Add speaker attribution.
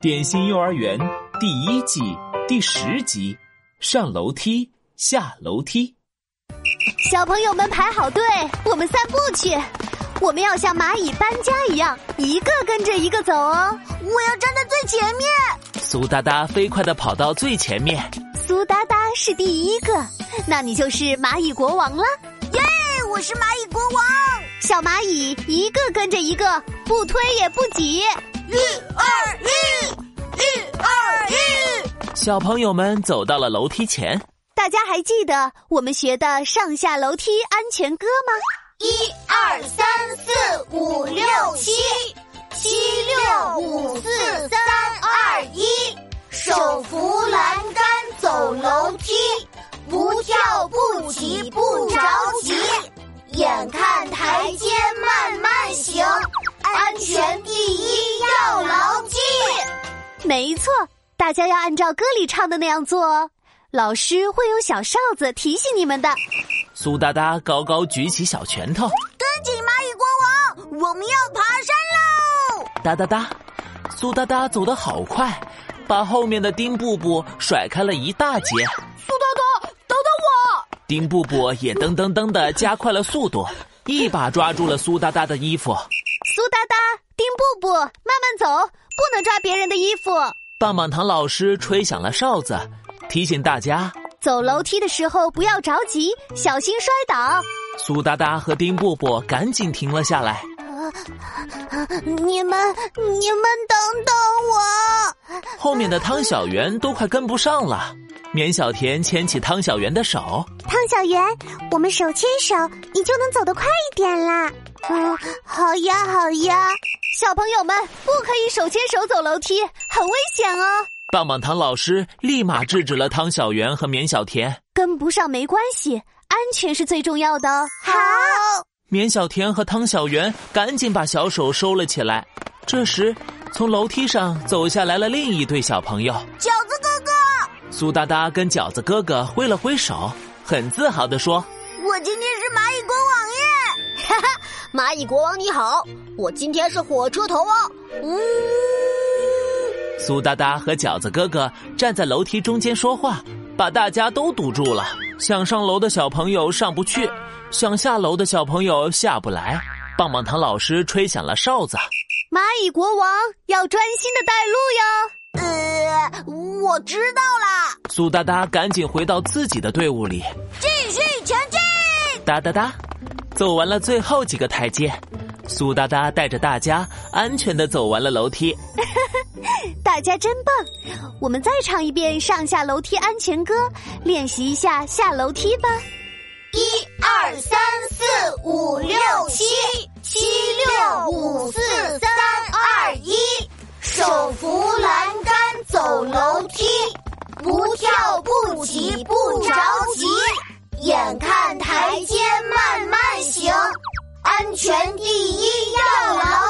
Speaker 1: 点心幼儿园》第一季第十集：上楼梯，下楼梯。
Speaker 2: 小朋友们排好队，我们散步去。我们要像蚂蚁搬家一样，一个跟着一个走哦。
Speaker 3: 我要站在最前面。
Speaker 1: 苏哒哒飞快地跑到最前面，
Speaker 2: 苏达达是第一个，那你就是蚂蚁国王了。
Speaker 3: 耶！我是蚂蚁国王。
Speaker 2: 小蚂蚁一个跟着一个，不推也不挤。
Speaker 3: 一二一，一二一。
Speaker 1: 小朋友们走到了楼梯前。
Speaker 2: 大家还记得我们学的上下楼梯安全歌吗？
Speaker 4: 一二三四五六七，七六五四三二一，手扶栏杆走楼梯，不跳不急不着急，眼看台阶慢慢行，安全第一要牢记。
Speaker 2: 没错，大家要按照歌里唱的那样做哦。老师会用小哨子提醒你们的。
Speaker 1: 苏哒哒高高举起小拳头，
Speaker 3: 跟紧蚂蚁国王，我们要爬山喽！
Speaker 1: 哒哒哒，苏哒哒走得好快，把后面的丁布布甩开了一大截。
Speaker 3: 苏大大，等等
Speaker 1: 丁布布也噔噔噔地加快了速度，一把抓住了苏哒哒的衣服。
Speaker 2: 苏哒哒、丁布布，慢慢走，不能抓别人的衣服。
Speaker 1: 棒棒糖老师吹响了哨子，提醒大家：
Speaker 2: 走楼梯的时候不要着急，小心摔倒。
Speaker 1: 苏哒哒和丁布布赶紧停了下来。
Speaker 3: 我！你们，你们等等我！
Speaker 1: 后面的汤小圆都快跟不上了。绵小田牵起汤小圆的手，
Speaker 3: 汤小圆，我们手牵手，你就能走得快一点啦。
Speaker 2: 呃
Speaker 3: 嗯，好呀，好呀。
Speaker 2: 小朋友们不可以手牵手走楼梯，很危险哦。
Speaker 1: 棒棒糖老师立马制止了汤小圆和绵小田。
Speaker 2: 跟不上没关系，安全是最重要的哦。
Speaker 3: 好，
Speaker 1: 绵小田和汤小圆赶紧把小手收了起来。这时，从楼梯上走下来了另一对小朋友。
Speaker 3: 饺子哥哥，
Speaker 1: 苏哒哒跟饺子哥哥挥了挥手，很自豪地说
Speaker 3: 我今天是蚂蚁国王耶！
Speaker 4: 蚂蚁国王你好，我今天是火车头哦。嗯，：“
Speaker 1: 苏哒哒和饺子哥哥站在楼梯中间说话，把大家都堵住了。想上楼的小朋友上不去，想下楼的小朋友下不来。”棒棒糖老师吹响了哨子。
Speaker 2: 蚂蚁国王要专心的带路哟。
Speaker 3: 呃，我知道啦，
Speaker 1: 苏哒哒赶紧回到自己的队伍里，
Speaker 3: 继续前进。
Speaker 1: 哒哒哒，走完了最后几个台阶，苏哒哒带着大家安全的走完了楼梯。
Speaker 2: 大家真棒！我们再唱一遍上下楼梯安全歌，练习一下下楼梯吧。
Speaker 4: 一二三四五六七，七六五四三二一，手扶栏杆走楼梯，不跳不急不着急，眼看台阶慢慢行，安全第一要牢